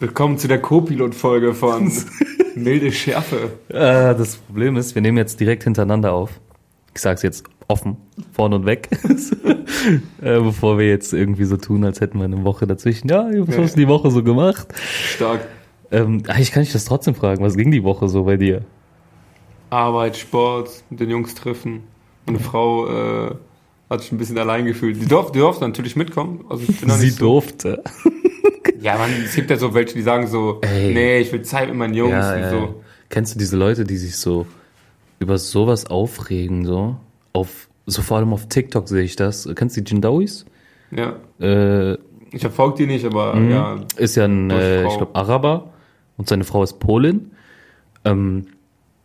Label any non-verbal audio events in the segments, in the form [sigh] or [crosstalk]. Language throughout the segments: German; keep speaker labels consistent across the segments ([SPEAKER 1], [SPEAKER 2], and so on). [SPEAKER 1] Willkommen zu der Co-Pilot-Folge
[SPEAKER 2] [laughs]
[SPEAKER 1] von Milde Schärfe.
[SPEAKER 2] Äh, das Problem ist, wir nehmen jetzt direkt hintereinander auf. Ich sag's jetzt offen, vorne und weg. [laughs] äh, bevor wir jetzt irgendwie so tun, als hätten wir eine Woche dazwischen. Ja, was hast du die Woche so gemacht?
[SPEAKER 1] Stark.
[SPEAKER 2] Ähm, eigentlich kann ich das trotzdem fragen. Was ging die Woche so bei dir?
[SPEAKER 1] Arbeit, Sport, mit den Jungs treffen. Meine Frau äh, hat sich ein bisschen allein gefühlt. Die durfte, die durfte natürlich mitkommen. Also ich bin da
[SPEAKER 2] Sie
[SPEAKER 1] nicht so,
[SPEAKER 2] durfte.
[SPEAKER 1] Ja, man, es gibt ja so welche, die sagen so,
[SPEAKER 2] Ey.
[SPEAKER 1] nee, ich will Zeit mit meinen Jungs
[SPEAKER 2] Ja,
[SPEAKER 1] und
[SPEAKER 2] ja.
[SPEAKER 1] so.
[SPEAKER 2] Kennst du diese Leute, die sich so über sowas aufregen, so? Auf, so vor allem auf TikTok sehe ich das. Kennst du die Jindawis?
[SPEAKER 1] Ja.
[SPEAKER 2] Äh,
[SPEAKER 1] Ich verfolge die nicht, aber
[SPEAKER 2] Mhm.
[SPEAKER 1] ja.
[SPEAKER 2] ist ja ein,
[SPEAKER 1] Durch
[SPEAKER 2] äh,
[SPEAKER 1] Frau.
[SPEAKER 2] ich glaube, Araber und seine Frau ist Polin. Ähm,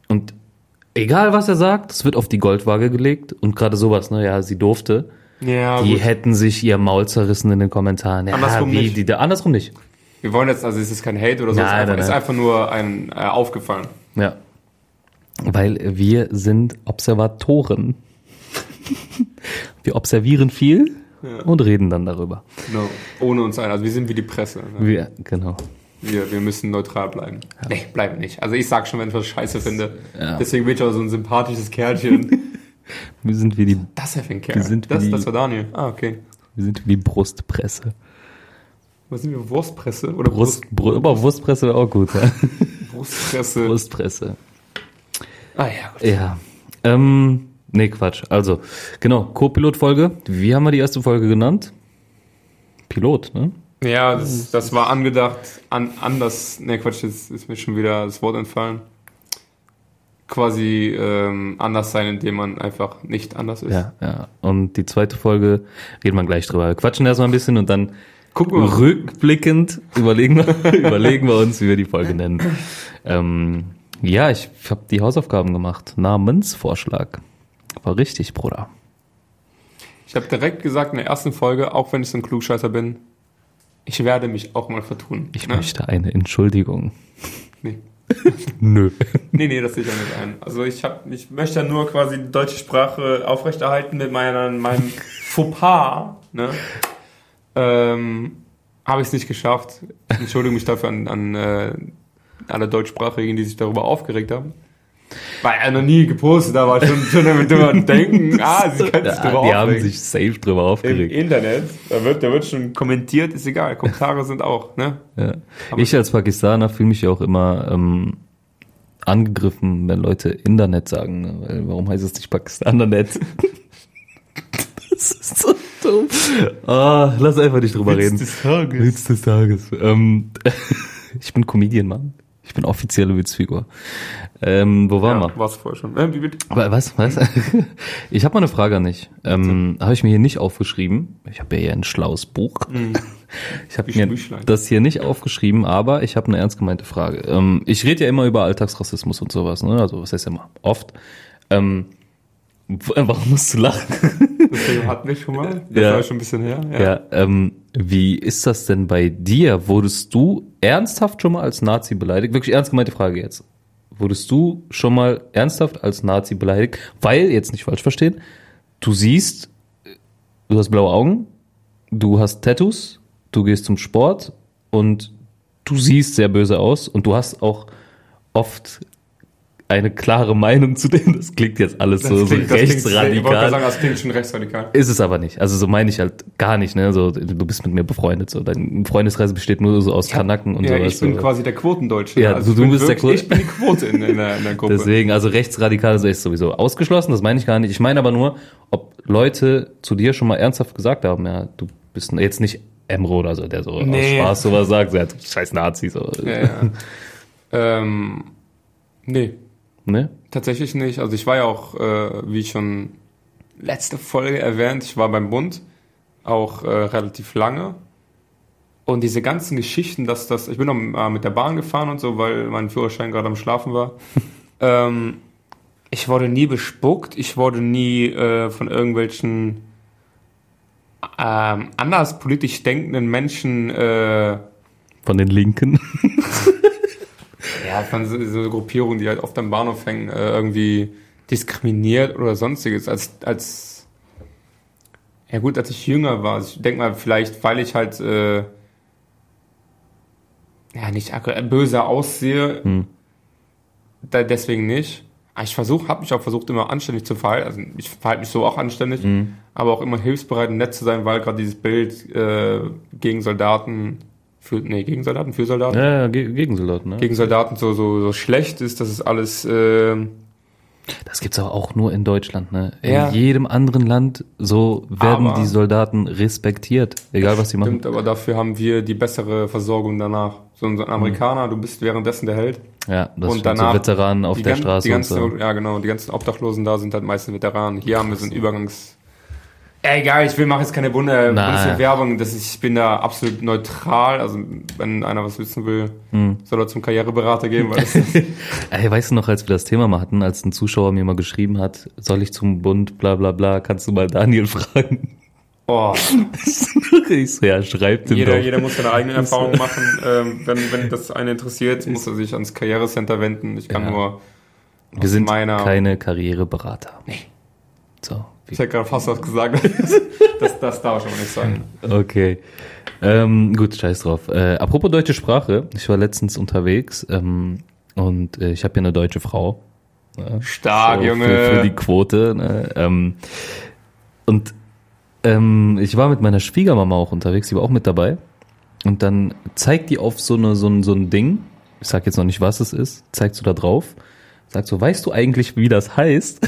[SPEAKER 2] und egal, was er sagt, es wird auf die Goldwaage gelegt und gerade sowas, ne, ja, sie durfte.
[SPEAKER 1] Ja,
[SPEAKER 2] die
[SPEAKER 1] gut.
[SPEAKER 2] hätten sich ihr Maul zerrissen in den Kommentaren. Ja,
[SPEAKER 1] Andersrum
[SPEAKER 2] wie,
[SPEAKER 1] nicht.
[SPEAKER 2] Die, da- andersrum nicht.
[SPEAKER 1] Wir wollen jetzt, also es ist kein Hate oder so,
[SPEAKER 2] Nein,
[SPEAKER 1] es
[SPEAKER 2] nein,
[SPEAKER 1] ist
[SPEAKER 2] nein.
[SPEAKER 1] einfach, ist einfach nur ein äh, aufgefallen.
[SPEAKER 2] Ja. Weil wir sind Observatoren. [laughs] wir observieren viel und reden dann darüber.
[SPEAKER 1] Genau. Ohne uns ein. Also wir sind wie die Presse. Ne?
[SPEAKER 2] Wir, genau.
[SPEAKER 1] Wir, wir müssen neutral bleiben. Nee, bleiben nicht. Also ich sag schon, wenn ich was scheiße finde. Deswegen bin ich auch so ein sympathisches
[SPEAKER 2] [laughs]
[SPEAKER 1] Kerlchen.
[SPEAKER 2] Wir sind wie die,
[SPEAKER 1] das ist ja für ein Kerl.
[SPEAKER 2] Wir sind wie
[SPEAKER 1] das,
[SPEAKER 2] die-
[SPEAKER 1] das war Daniel. Ah, okay.
[SPEAKER 2] wir sind wie die Brustpresse.
[SPEAKER 1] Was sind wir? Wurstpresse? Oder
[SPEAKER 2] Brust, Br aber Brustpresse wäre auch gut.
[SPEAKER 1] [laughs]
[SPEAKER 2] Ja.
[SPEAKER 1] Brust, Brustpresse?
[SPEAKER 2] Brustpresse.
[SPEAKER 1] Ah ja, gut.
[SPEAKER 2] Ja. Ähm, nee, Quatsch. Also, genau, Co-Pilot-Folge. Wie haben wir die erste Folge genannt? Pilot, ne?
[SPEAKER 1] Ja, das, das war angedacht. An, anders. Ne, Quatsch, jetzt ist mir schon wieder das Wort entfallen. Quasi ähm, anders sein, indem man einfach nicht anders ist.
[SPEAKER 2] Ja, ja. Und die zweite Folge reden wir gleich drüber. Wir Quatschen erstmal ein bisschen und dann
[SPEAKER 1] Gucken wir mal.
[SPEAKER 2] rückblickend überlegen wir, [laughs] überlegen wir uns, wie wir die Folge nennen. Ähm, ja, ich habe die Hausaufgaben gemacht. Namensvorschlag. War richtig, Bruder.
[SPEAKER 1] Ich habe direkt gesagt in der ersten Folge, auch wenn ich so ein Klugscheißer bin, ich werde mich auch mal vertun.
[SPEAKER 2] Ich
[SPEAKER 1] ne?
[SPEAKER 2] möchte eine Entschuldigung.
[SPEAKER 1] Nee.
[SPEAKER 2] Nö. [laughs]
[SPEAKER 1] Nee, nee, das sehe ich auch nicht ein. Also ich hab, ich möchte ja nur quasi die deutsche Sprache aufrechterhalten mit meiner, meinem Fauxpas, ne? Ähm, habe ich es nicht geschafft. Ich Entschuldige mich dafür an, an äh, alle Deutschsprachigen, die sich darüber aufgeregt haben. War ja noch nie gepostet, aber schon, schon damit
[SPEAKER 2] [laughs]
[SPEAKER 1] immer denken, ah, sie können sich
[SPEAKER 2] Ja, die
[SPEAKER 1] darüber
[SPEAKER 2] haben
[SPEAKER 1] aufregen.
[SPEAKER 2] sich safe drüber
[SPEAKER 1] Im
[SPEAKER 2] aufgeregt.
[SPEAKER 1] Internet, da wird, da wird schon kommentiert, ist egal. Kommentare sind auch, ne?
[SPEAKER 2] Ja. Ich als Pakistaner fühle mich ja auch immer ähm, angegriffen, wenn Leute Internet sagen. Ne? Weil, warum heißt es nicht Pakistanernet? [laughs] das ist so dumm. Ah, lass einfach nicht drüber reden.
[SPEAKER 1] des Tages.
[SPEAKER 2] Witz des Tages. Ähm, [laughs] ich bin Comedian, Mann. Ich bin offizielle Witzfigur. Ähm, wo waren wir?
[SPEAKER 1] Ja, war's vorher schon. Äh, wie bitte?
[SPEAKER 2] Aber Was? Was? [laughs] Ich habe mal eine Frage an dich. Ähm, habe ich mir hier nicht aufgeschrieben. Ich habe ja hier ein schlaues Buch. [laughs] Ich habe
[SPEAKER 1] Wie
[SPEAKER 2] mir
[SPEAKER 1] Büchlein.
[SPEAKER 2] das hier nicht aufgeschrieben, aber ich habe eine ernst gemeinte Frage. Ähm, ich rede ja immer über Alltagsrassismus und sowas. Ne? Also was heißt immer? Oft. Ähm, w- warum musst du lachen?
[SPEAKER 1] Das hatten wir schon mal. Das
[SPEAKER 2] Ja.
[SPEAKER 1] war schon ein bisschen her.
[SPEAKER 2] Ja. ähm, wie ist das denn bei dir? Wurdest du ernsthaft schon mal als Nazi beleidigt? Wirklich ernst gemeinte Frage jetzt. Wurdest du schon mal ernsthaft als Nazi beleidigt? Weil, jetzt nicht falsch verstehen, du siehst, du hast blaue Augen, du hast Tattoos, du gehst zum Sport und du siehst sehr böse aus und du hast auch oft eine klare Meinung zu dem. Das klingt jetzt alles so, so
[SPEAKER 1] Ich wollte gerade
[SPEAKER 2] rechtsradikal.
[SPEAKER 1] sagen, das klingt schon rechtsradikal.
[SPEAKER 2] Ist es aber nicht. Also so meine ich halt gar nicht, ne? So, du bist mit mir befreundet. So, dein Freundeskreis besteht nur so aus Kanaken und
[SPEAKER 1] ja,
[SPEAKER 2] sowas.
[SPEAKER 1] ich bin
[SPEAKER 2] so.
[SPEAKER 1] quasi der Quotendeutsche. Also
[SPEAKER 2] Ja, du-
[SPEAKER 1] ich
[SPEAKER 2] du
[SPEAKER 1] bin
[SPEAKER 2] bist der
[SPEAKER 1] wirklich-
[SPEAKER 2] Quo-
[SPEAKER 1] Ich bin die Quote in, in, der, in
[SPEAKER 2] [laughs]
[SPEAKER 1] der Gruppe.
[SPEAKER 2] Deswegen, also rechtsradikal ist echt sowieso ausgeschlossen, das meine ich gar nicht. Ich meine aber nur, ob Leute zu dir schon mal ernsthaft gesagt haben, ja, du bist jetzt nicht Emre oder so, der so
[SPEAKER 1] Nee.
[SPEAKER 2] aus Spaß sowas sagt, ja, du scheiß Nazi, so.
[SPEAKER 1] ja, ja. ähm, nee,
[SPEAKER 2] Ne?
[SPEAKER 1] tatsächlich nicht. Also ich war ja auch, äh, wie schon letzte Folge erwähnt, ich war beim Bund auch äh, relativ lange. Und diese ganzen Geschichten, dass das, ich bin noch mal mit der Bahn gefahren und so, weil mein Führerschein gerade am Schlafen war. ähm, ich wurde nie bespuckt, ich wurde nie äh, von irgendwelchen ähm, anders politisch denkenden Menschen äh,
[SPEAKER 2] Von den Linken.
[SPEAKER 1] ja, von so, so Gruppierungen, die halt oft am Bahnhof hängen, äh, irgendwie diskriminiert oder sonstiges. Als, als, ja gut, als ich jünger war. Also ich denke mal, vielleicht, weil ich halt, äh, ja, ja, nicht akku- böse aussehe, da, deswegen nicht. Aber ich versuche, habe mich auch versucht, immer anständig zu verhalten. Also ich verhalte mich so auch anständig, aber auch immer hilfsbereit und nett zu sein, weil gerade dieses Bild äh, gegen Soldaten, für, nee, gegen Soldaten, für Soldaten,
[SPEAKER 2] Ja, ja, ge- gegen Soldaten, ne?
[SPEAKER 1] gegen Soldaten so, so, so schlecht ist, dass es alles, äh,
[SPEAKER 2] Das gibt's aber auch nur in Deutschland, ne? In
[SPEAKER 1] Ja.
[SPEAKER 2] jedem anderen Land so werden
[SPEAKER 1] Aber-
[SPEAKER 2] die Soldaten respektiert, egal was sie machen.
[SPEAKER 1] stimmt, aber dafür haben wir die bessere Versorgung danach. So ein so ein Amerikaner, du bist währenddessen der Held.
[SPEAKER 2] Ja, das
[SPEAKER 1] Und
[SPEAKER 2] sind so
[SPEAKER 1] danach
[SPEAKER 2] Veteranen auf
[SPEAKER 1] die
[SPEAKER 2] der
[SPEAKER 1] gan-
[SPEAKER 2] Straße
[SPEAKER 1] Die
[SPEAKER 2] und
[SPEAKER 1] ganzen,
[SPEAKER 2] so.
[SPEAKER 1] Ja, genau. Die ganzen Obdachlosen da sind halt meistens Veteranen. Hier haben wir so einen Übergangs. Ey, Egal, ich will mache jetzt keine Bunde,
[SPEAKER 2] Nein.
[SPEAKER 1] bundeswehr Werbung, das ist, ich bin da absolut neutral. Also wenn einer was wissen will, soll er zum Karriereberater gehen, weil das [laughs] ist,
[SPEAKER 2] Ey, weißt du noch, als wir das Thema mal hatten, als ein Zuschauer mir mal geschrieben hat, soll ich zum Bund, bla bla bla, kannst du mal Daniel [laughs] fragen?
[SPEAKER 1] oh,
[SPEAKER 2] ich so, ja, schreib dem
[SPEAKER 1] jeder,
[SPEAKER 2] doch.
[SPEAKER 1] jeder muss seine eigenen Erfahrungen machen. Ähm, wenn, wenn das einen interessiert, muss er sich ans Karrierecenter wenden. Ich kann
[SPEAKER 2] Ja.
[SPEAKER 1] nur,
[SPEAKER 2] wir sind
[SPEAKER 1] meiner-
[SPEAKER 2] keine Karriereberater. Nee. So, wir
[SPEAKER 1] ich hätte gerade fast was
[SPEAKER 2] [laughs]
[SPEAKER 1] gesagt, das, das darf ich aber nicht sagen.
[SPEAKER 2] Okay. Ähm, gut, scheiß drauf. Äh, apropos deutsche Sprache, ich war letztens unterwegs ähm, und äh, ich habe hier eine deutsche Frau.
[SPEAKER 1] Stark,
[SPEAKER 2] so,
[SPEAKER 1] Junge.
[SPEAKER 2] Für, für die Quote. Ne? Ähm, und ähm, ich war mit meiner Schwiegermama auch unterwegs, die war auch mit dabei. Und dann zeigt die auf so, eine, so, ein, so ein Ding, ich sag jetzt noch nicht, was es ist, zeigt so da drauf, sagt so, weißt du eigentlich, wie das heißt?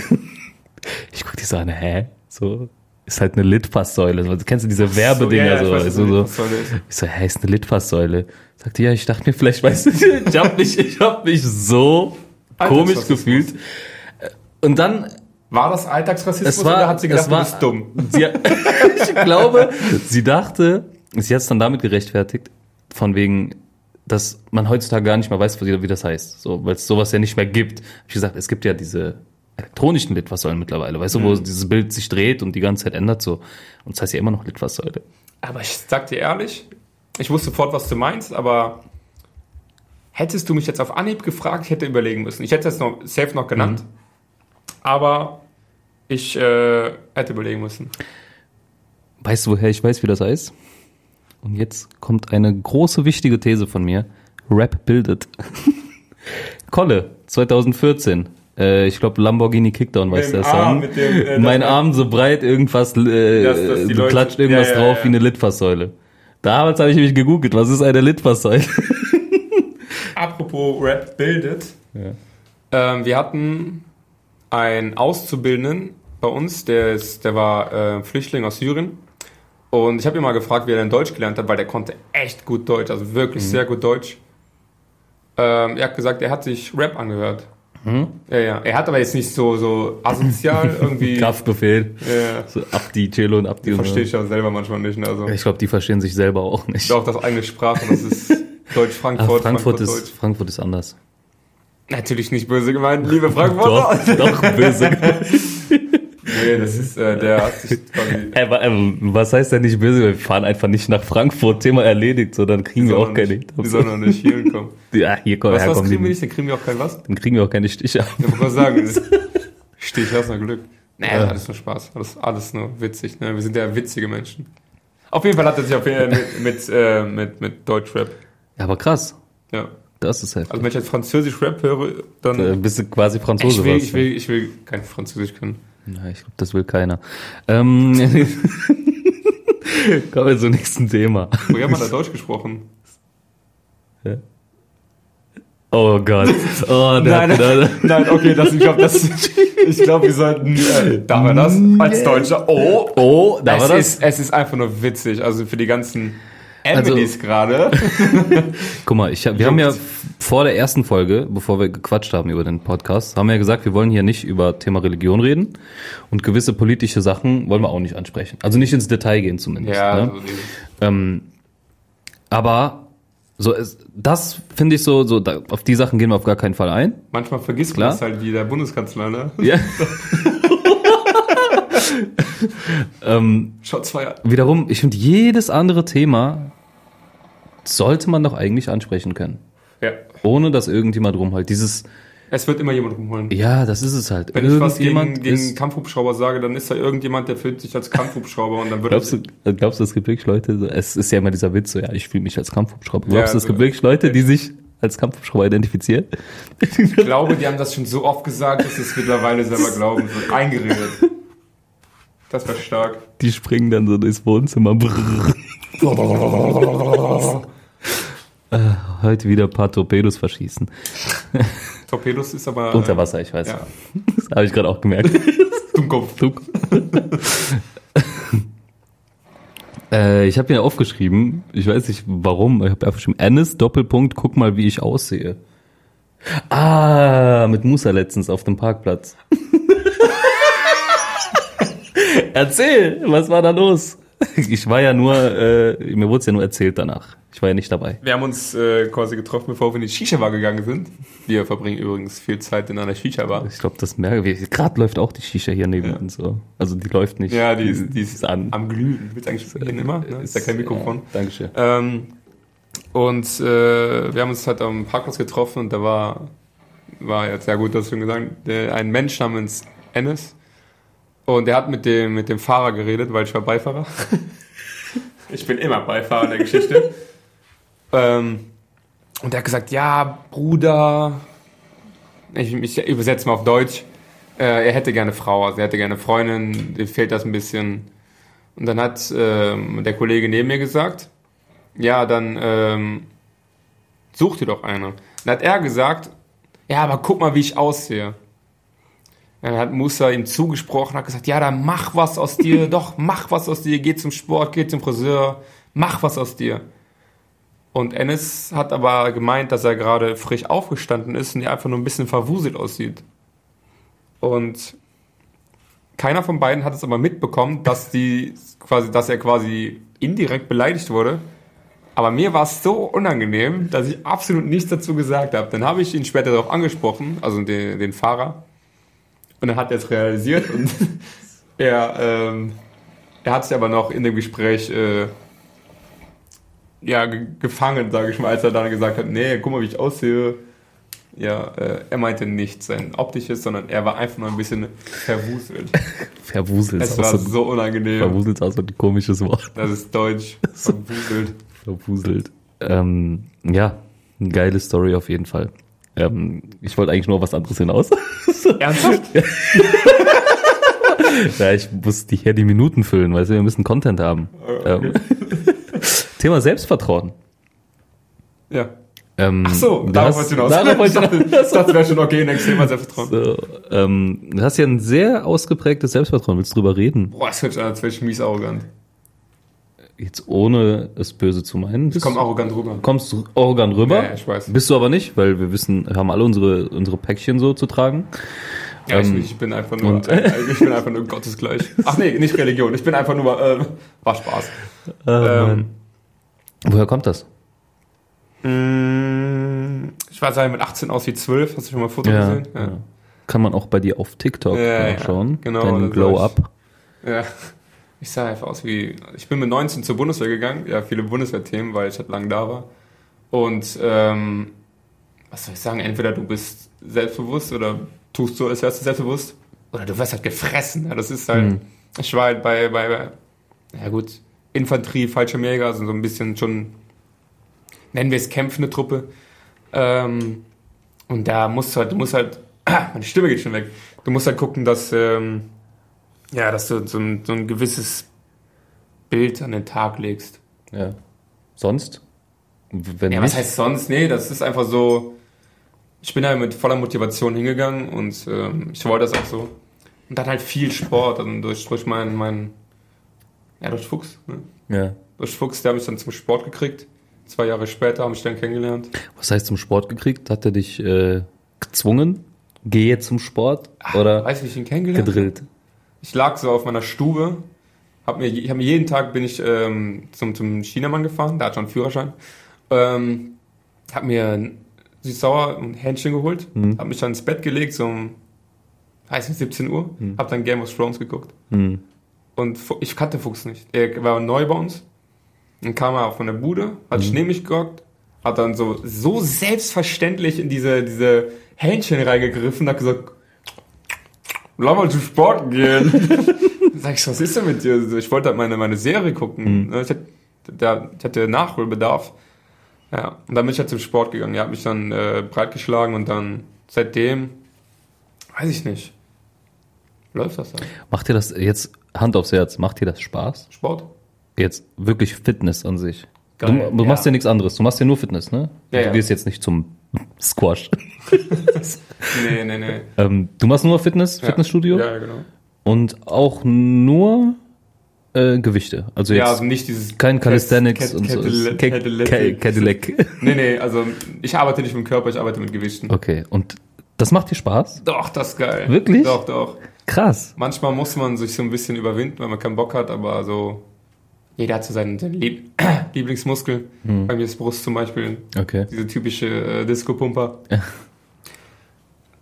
[SPEAKER 2] [laughs] ich guck die so an, hä? So, ist halt eine Litfaßsäule. So, kennst du diese Werbedinger
[SPEAKER 1] ich
[SPEAKER 2] so?
[SPEAKER 1] weiß,
[SPEAKER 2] weißt
[SPEAKER 1] was
[SPEAKER 2] du,
[SPEAKER 1] du-
[SPEAKER 2] so,
[SPEAKER 1] was soll das?
[SPEAKER 2] ich so, hä, ist eine Litfaßsäule. Sagt die, ja, ich dachte mir, vielleicht weißt du, ich hab mich, ich hab mich so
[SPEAKER 1] Alter,
[SPEAKER 2] komisch
[SPEAKER 1] was ist
[SPEAKER 2] gefühlt. Äh, Und dann,
[SPEAKER 1] War das Alltagsrassismus
[SPEAKER 2] es war,
[SPEAKER 1] oder hat sie gedacht,
[SPEAKER 2] es war,
[SPEAKER 1] du bist dumm?
[SPEAKER 2] Sie, [laughs] ich glaube, sie dachte, sie hat es dann damit gerechtfertigt, von wegen, dass man heutzutage gar nicht mehr weiß, wie wie das heißt. So, weil es sowas ja nicht mehr gibt. Hab ich gesagt, es gibt ja diese elektronischen Litfaßsäulen mittlerweile, weißt du, wo dieses Bild sich dreht und die ganze Zeit ändert so. Und es heißt ja immer noch Litfaßsäule.
[SPEAKER 1] Aber ich sag dir ehrlich, ich wusste sofort, was du meinst, aber hättest du mich jetzt auf Anhieb gefragt, ich hätte überlegen müssen. Ich hätte es noch safe noch genannt,
[SPEAKER 2] Mhm.
[SPEAKER 1] aber ich äh, hätte überlegen müssen.
[SPEAKER 2] Weißt du, woher ich weiß, wie das heißt? Und jetzt kommt eine große, wichtige These von mir. Rap bildet. [laughs] Kolle, 2014. Äh, ich glaube, Lamborghini Kickdown weiß der Song.
[SPEAKER 1] dem, äh,
[SPEAKER 2] mein Arm so breit, irgendwas, äh,
[SPEAKER 1] Dass- dass die
[SPEAKER 2] du
[SPEAKER 1] Leute-
[SPEAKER 2] klatscht irgendwas
[SPEAKER 1] Ja, ja,
[SPEAKER 2] drauf
[SPEAKER 1] ja.
[SPEAKER 2] wie eine Litfaßsäule. Damals habe ich mich gegoogelt, was ist eine Litfaßsäule?
[SPEAKER 1] Apropos Rap bildet.
[SPEAKER 2] Ja.
[SPEAKER 1] Ähm, wir hatten einen Auszubildenden bei uns, der, ist, der war äh, Flüchtling aus Syrien. Und ich habe ihn mal gefragt, wie er denn Deutsch gelernt hat, weil der konnte echt gut Deutsch, also
[SPEAKER 2] Mhm.
[SPEAKER 1] wirklich sehr gut Deutsch. Ähm, er hat gesagt, er hat sich Rap angehört.
[SPEAKER 2] Mhm.
[SPEAKER 1] Ja, ja. Er hat aber jetzt nicht so, so
[SPEAKER 2] [laughs]
[SPEAKER 1] asozial irgendwie.
[SPEAKER 2] Kraftbefehl.
[SPEAKER 1] Ja,
[SPEAKER 2] So, ab die Cello und ab die.
[SPEAKER 1] verstehe ich ja selber manchmal nicht. ne, Also.
[SPEAKER 2] Ich glaube, die verstehen sich selber auch nicht.
[SPEAKER 1] Doch, das eigene Sprache, das
[SPEAKER 2] [laughs]
[SPEAKER 1] ist
[SPEAKER 2] Ah,
[SPEAKER 1] Deutsch-Frankfurt.
[SPEAKER 2] Frankfurt, ist,
[SPEAKER 1] Deutsch.
[SPEAKER 2] Frankfurt ist anders.
[SPEAKER 1] Natürlich nicht böse gemeint, liebe
[SPEAKER 2] [laughs]
[SPEAKER 1] Frankfurter.
[SPEAKER 2] Doch, doch, böse.
[SPEAKER 1] Nee, das ist, äh, der hat
[SPEAKER 2] [laughs]
[SPEAKER 1] sich quasi.
[SPEAKER 2] Ey, wa- ähm, was heißt denn nicht böse? Wir fahren einfach nicht nach Frankfurt, Thema erledigt, so dann kriegen
[SPEAKER 1] Die
[SPEAKER 2] wir
[SPEAKER 1] sollen
[SPEAKER 2] auch
[SPEAKER 1] noch
[SPEAKER 2] keine
[SPEAKER 1] nicht- Die sollen noch nicht hier hinkommen.
[SPEAKER 2] [laughs] Ja, hier komm,
[SPEAKER 1] Was,
[SPEAKER 2] her,
[SPEAKER 1] was
[SPEAKER 2] komm,
[SPEAKER 1] kriegen wir
[SPEAKER 2] die,
[SPEAKER 1] nicht? Dann kriegen wir auch kein was.
[SPEAKER 2] dann kriegen wir auch keine Stiche ab.
[SPEAKER 1] Ich wollte gerade sagen,
[SPEAKER 2] [laughs]
[SPEAKER 1] das- steh ich aus nach Glück. Nee,
[SPEAKER 2] Ja.
[SPEAKER 1] alles nur Spaß. Alles, alles nur witzig. Ne? Wir sind ja witzige Menschen. Auf jeden Fall hat er sich auf jeden Fall mit, mit, äh, mit, mit Deutschrap.
[SPEAKER 2] Ja, aber krass,
[SPEAKER 1] Ja.
[SPEAKER 2] das ist halt.
[SPEAKER 1] Also wenn ich jetzt französisch Rap höre, dann.
[SPEAKER 2] äh, bist du quasi Franzose,
[SPEAKER 1] Also, ich, will,
[SPEAKER 2] was?
[SPEAKER 1] ich, will, ich will kein Französisch können.
[SPEAKER 2] Ja, ich glaube, das will keiner. Ähm, [laughs] kommen wir zum nächsten Thema.
[SPEAKER 1] Woher haben wir da Deutsch gesprochen?
[SPEAKER 2] Oh Gott. Oh,
[SPEAKER 1] [laughs]
[SPEAKER 2] der,
[SPEAKER 1] Nein.
[SPEAKER 2] der,
[SPEAKER 1] Nein, okay, das, ich glaube, glaub, wir sollten. Äh, darf er das? Als Deutscher. Oh,
[SPEAKER 2] oh, da
[SPEAKER 1] es,
[SPEAKER 2] war das.
[SPEAKER 1] Ist, es ist einfach nur witzig. Also für die ganzen
[SPEAKER 2] Also-
[SPEAKER 1] Emilys
[SPEAKER 2] [laughs]
[SPEAKER 1] gerade.
[SPEAKER 2] Guck mal, ich, hab- wir haben ja f- vor der ersten Folge, bevor wir gequatscht haben über den Podcast, haben wir ja gesagt, wir wollen hier nicht über Thema Religion reden und gewisse politische Sachen wollen wir auch nicht ansprechen. Also nicht ins Detail gehen zumindest.
[SPEAKER 1] Ja,
[SPEAKER 2] ne?
[SPEAKER 1] also die-
[SPEAKER 2] Ähm, aber so ist, das finde ich so, so da, auf die Sachen gehen wir auf gar keinen Fall ein.
[SPEAKER 1] manchmal vergisst
[SPEAKER 2] Klar.
[SPEAKER 1] man das halt wie der Bundeskanzler, ne?
[SPEAKER 2] Ja. [laughs] ähm,
[SPEAKER 1] Shots feiert.
[SPEAKER 2] wiederum, ich finde, jedes andere Thema sollte man doch eigentlich ansprechen können.
[SPEAKER 1] Ja.
[SPEAKER 2] Ohne dass irgendjemand rumheult. Dieses,
[SPEAKER 1] Es wird immer jemand rumholen.
[SPEAKER 2] Ja, das ist es halt.
[SPEAKER 1] Wenn ich was gegen,
[SPEAKER 2] Irgendjemand
[SPEAKER 1] gegen
[SPEAKER 2] ist-
[SPEAKER 1] Kampfhubschrauber sage, dann ist da irgendjemand, der fühlt sich als Kampfhubschrauber und dann wird
[SPEAKER 2] Glaubst du, äh, glaubst du, es gibt wirklich Leute, so- es ist ja immer dieser Witz so, ja, ich fühle mich als Kampfhubschrauber. Glaubst du, es
[SPEAKER 1] also-
[SPEAKER 2] gibt wirklich Leute, die sich als Kampfhubschrauber identifizieren?
[SPEAKER 1] ich glaube, die haben das schon so oft gesagt, dass sie es mittlerweile selber glauben. Es wird eingeredet. Das war stark.
[SPEAKER 2] Die springen dann so durchs Wohnzimmer. Brrr. Ah, Heute wieder ein paar Torpedos verschießen.
[SPEAKER 1] Torpedos ist aber. äh,
[SPEAKER 2] Unter Wasser, ich weiß.
[SPEAKER 1] Ja.
[SPEAKER 2] [laughs] Das habe ich gerade auch gemerkt.
[SPEAKER 1] Dummkopf.
[SPEAKER 2] Duck. äh, ich habe mir aufgeschrieben, ich weiß nicht warum, ich habe einfach geschrieben, Ennis, Doppelpunkt, guck mal, wie ich aussehe. Ah, mit Musa letztens auf dem Parkplatz. [laughs] Erzähl, was war da los? Ich war ja nur, äh, mir wurde es ja nur erzählt danach. Ich war ja nicht dabei.
[SPEAKER 1] Wir haben uns äh, quasi getroffen, bevor wir in die Shisha-Bar gegangen sind. Wir verbringen übrigens viel Zeit in einer Shisha-Bar.
[SPEAKER 2] Ich glaube, das merke ich. Gerade läuft auch die Shisha hier neben
[SPEAKER 1] Ja.
[SPEAKER 2] uns. So. Also die läuft nicht.
[SPEAKER 1] Ja, die ist, die ist
[SPEAKER 2] ist an.
[SPEAKER 1] am Glühen. Willst du eigentlich reden immer? Ne? Ist ja kein Mikrofon.
[SPEAKER 2] Ja, Dankeschön.
[SPEAKER 1] Ähm, und äh, wir haben uns halt am Parkplatz getroffen und da war, war jetzt sehr gut, das schon gesagt, der, ein Mensch namens Ennis. Und der hat mit dem, mit dem Fahrer geredet, weil ich war Beifahrer. [laughs] ich bin immer Beifahrer in der Geschichte. [laughs] ähm, und der hat gesagt, ja, Bruder, ich, ich übersetze mal auf Deutsch, äh, er hätte gerne Frau, also er hätte gerne Freundin, ihm fehlt das ein bisschen. Und dann hat ähm, der Kollege neben mir gesagt, ja, dann ähm, such dir doch eine. Dann hat er gesagt, ja, aber guck mal, wie ich aussehe. Dann hat Musa ihm zugesprochen, hat gesagt, ja, dann mach was aus dir, doch, mach was aus dir, geh zum Sport, geh zum Friseur, mach was aus dir. Und Ennis hat aber gemeint, dass er gerade frisch aufgestanden ist und er einfach nur ein bisschen verwuselt aussieht. Und keiner von beiden hat es aber mitbekommen, dass die quasi, dass er quasi indirekt beleidigt wurde. Aber mir war es so unangenehm, dass ich absolut nichts dazu gesagt habe. Dann habe ich ihn später darauf angesprochen, also den, den Fahrer. Und dann hat er es realisiert und [laughs] er, ähm, er hat sich aber noch in dem Gespräch äh, ja, ge- gefangen, sage ich mal, als er dann gesagt hat, nee, guck mal, wie ich aussehe. Ja, äh, er meinte nicht sein optisches, sondern er war einfach nur ein bisschen verwuselt.
[SPEAKER 2] Verwuselt.
[SPEAKER 1] Es
[SPEAKER 2] ist
[SPEAKER 1] war
[SPEAKER 2] auch so,
[SPEAKER 1] so unangenehm.
[SPEAKER 2] verwuselt ist auch so ein komisches Wort.
[SPEAKER 1] Das ist deutsch.
[SPEAKER 2] [laughs]
[SPEAKER 1] Verwuselt.
[SPEAKER 2] Verwuselt. Ähm, ja, eine geile Story auf jeden Fall. Ähm, ich wollte eigentlich nur auf was anderes hinaus. [laughs]
[SPEAKER 1] Ernsthaft?
[SPEAKER 2] ja, ich muss die hier die Minuten füllen, weißt du, wir müssen Content haben.
[SPEAKER 1] Ah,
[SPEAKER 2] Ähm, [laughs] Thema Selbstvertrauen.
[SPEAKER 1] Ja.
[SPEAKER 2] Ähm,
[SPEAKER 1] Ach so,
[SPEAKER 2] du
[SPEAKER 1] darauf wolltest
[SPEAKER 2] hast-
[SPEAKER 1] du hinaus.
[SPEAKER 2] Darauf
[SPEAKER 1] [laughs] ich
[SPEAKER 2] wollte ich
[SPEAKER 1] dachte, ich dachte, wäre schon okay, nächstes Thema Selbstvertrauen.
[SPEAKER 2] So, ähm, du hast ja ein sehr ausgeprägtes Selbstvertrauen. Willst du drüber reden?
[SPEAKER 1] Boah, das hört sich an, als wäre ich mies arrogant.
[SPEAKER 2] Jetzt ohne es böse zu meinen.
[SPEAKER 1] Ich
[SPEAKER 2] Bist
[SPEAKER 1] komme
[SPEAKER 2] du-
[SPEAKER 1] arrogant rüber.
[SPEAKER 2] kommst du arrogant rüber.
[SPEAKER 1] Ja, ja, ich weiß.
[SPEAKER 2] Bist du aber nicht, weil wir wissen, wir haben alle unsere, unsere Päckchen so zu tragen.
[SPEAKER 1] Ja, ich,
[SPEAKER 2] ähm,
[SPEAKER 1] nicht. ich bin einfach nur, äh,
[SPEAKER 2] und-
[SPEAKER 1] ich bin einfach nur Gottesgleich. Ach nee, nicht Religion. Ich bin einfach nur, äh, war Spaß. Ähm,
[SPEAKER 2] Woher kommt das?
[SPEAKER 1] mh, ich war sagen, mit 18 aus wie 12. Hast du schon mal ein Foto gesehen?
[SPEAKER 2] ja. Kann man auch bei dir auf TikTok
[SPEAKER 1] Ja, ja,
[SPEAKER 2] nachschauen.
[SPEAKER 1] genau,
[SPEAKER 2] Dein
[SPEAKER 1] das
[SPEAKER 2] Glow
[SPEAKER 1] weiß
[SPEAKER 2] Up.
[SPEAKER 1] Ja. Ich sah einfach aus wie. Ich bin mit 19 zur Bundeswehr gegangen. Ja, viele Bundeswehrthemen, weil ich halt lang da war. Und ähm, was soll ich sagen? Entweder du bist selbstbewusst oder tust so, als wärst du selbstbewusst. Oder du wirst halt gefressen. Ja, das ist halt. Ich war halt bei, bei, bei. Ja, gut. Infanterie, Fallschirmjäger, also so ein bisschen schon. Nennen wir es kämpfende Truppe. Ähm, und da musst du halt. Du musst halt. [clears throat] Meine Stimme geht schon weg. Du musst halt gucken, dass. Ähm, ja, dass du so ein, so ein gewisses Bild an den Tag legst.
[SPEAKER 2] Ja. Sonst? Wenn
[SPEAKER 1] Ja, was
[SPEAKER 2] nicht,
[SPEAKER 1] heißt sonst? Nee, das ist einfach so. Ich bin da mit voller Motivation hingegangen und ähm, ich wollte das auch so. Und dann halt viel Sport, also durch, durch meinen, meinen, ja, durch Fuchs. Ne?
[SPEAKER 2] ja.
[SPEAKER 1] Durch Fuchs, der habe ich dann zum Sport gekriegt. Zwei Jahre später haben ich dann kennengelernt.
[SPEAKER 2] was heißt zum Sport gekriegt? Hat er dich äh, gezwungen? Geh jetzt zum Sport oder
[SPEAKER 1] Weiß nicht, wie ich ihn kennengelernt habe?
[SPEAKER 2] gedrillt?
[SPEAKER 1] Ich lag so auf meiner Stube. Hab mir, ich hab mir jeden Tag bin ich ähm, zum, zum Chinamann gefahren, da hat schon einen Führerschein. Ähm, hab mir ein süß-sauer ein Hähnchen geholt, hab mich dann ins Bett gelegt, so um weiß nicht, 17 Uhr, hab dann Game of Thrones geguckt.
[SPEAKER 2] Hm.
[SPEAKER 1] Und Fu- ich kannte Fuchs nicht. Er war neu bei uns. Dann kam er von der Bude, hat Schnee mich gehockt, hat dann so, so selbstverständlich in diese, diese Hähnchen reingegriffen und hat gesagt, lass mal zu Sport gehen. Sag ich, was ist denn mit dir? Ich wollte halt meine, meine Serie gucken.
[SPEAKER 2] Mhm.
[SPEAKER 1] Ne, Ich, hatte, da, ich hatte Nachholbedarf. Ja, und dann bin ich halt zum Sport gegangen. Er hat mich dann äh, breitgeschlagen und dann seitdem, weiß ich nicht, läuft das dann.
[SPEAKER 2] Macht dir das jetzt, Hand aufs Herz, macht dir das Spaß?
[SPEAKER 1] Sport?
[SPEAKER 2] Jetzt wirklich Fitness an sich. Du,
[SPEAKER 1] Geil,
[SPEAKER 2] du
[SPEAKER 1] ja.
[SPEAKER 2] machst ja nichts anderes, du machst ja nur Fitness, ne?
[SPEAKER 1] Ja,
[SPEAKER 2] du
[SPEAKER 1] ja.
[SPEAKER 2] gehst jetzt nicht zum [laughs] Squash.
[SPEAKER 1] Nee, nee, nee.
[SPEAKER 2] ähm, du machst nur Fitness,
[SPEAKER 1] Ja.
[SPEAKER 2] [laughs] Fitnessstudio
[SPEAKER 1] Ja, ja, genau.
[SPEAKER 2] und auch nur äh, Gewichte. Also
[SPEAKER 1] Ja,
[SPEAKER 2] jetzt
[SPEAKER 1] also nicht dieses.
[SPEAKER 2] kein Calisthenics
[SPEAKER 1] Cat-
[SPEAKER 2] und so.
[SPEAKER 1] Cadillac-
[SPEAKER 2] Ca-
[SPEAKER 1] Cadillac.
[SPEAKER 2] Ca- Cadillac.
[SPEAKER 1] [laughs] Nee, nee, also ich arbeite nicht mit dem Körper, ich arbeite mit Gewichten.
[SPEAKER 2] Okay, und das macht dir Spaß?
[SPEAKER 1] Doch, das ist geil.
[SPEAKER 2] Wirklich?
[SPEAKER 1] Doch, doch.
[SPEAKER 2] Krass.
[SPEAKER 1] Manchmal muss man sich so ein bisschen überwinden, weil man keinen Bock hat, aber so. Jeder hat so seinen, seinen Lieb [clears throat] Lieblingsmuskel.
[SPEAKER 2] Mhm.
[SPEAKER 1] Bei mir ist Brust zum Beispiel.
[SPEAKER 2] Okay.
[SPEAKER 1] Diese typische äh, Disco-Pumper.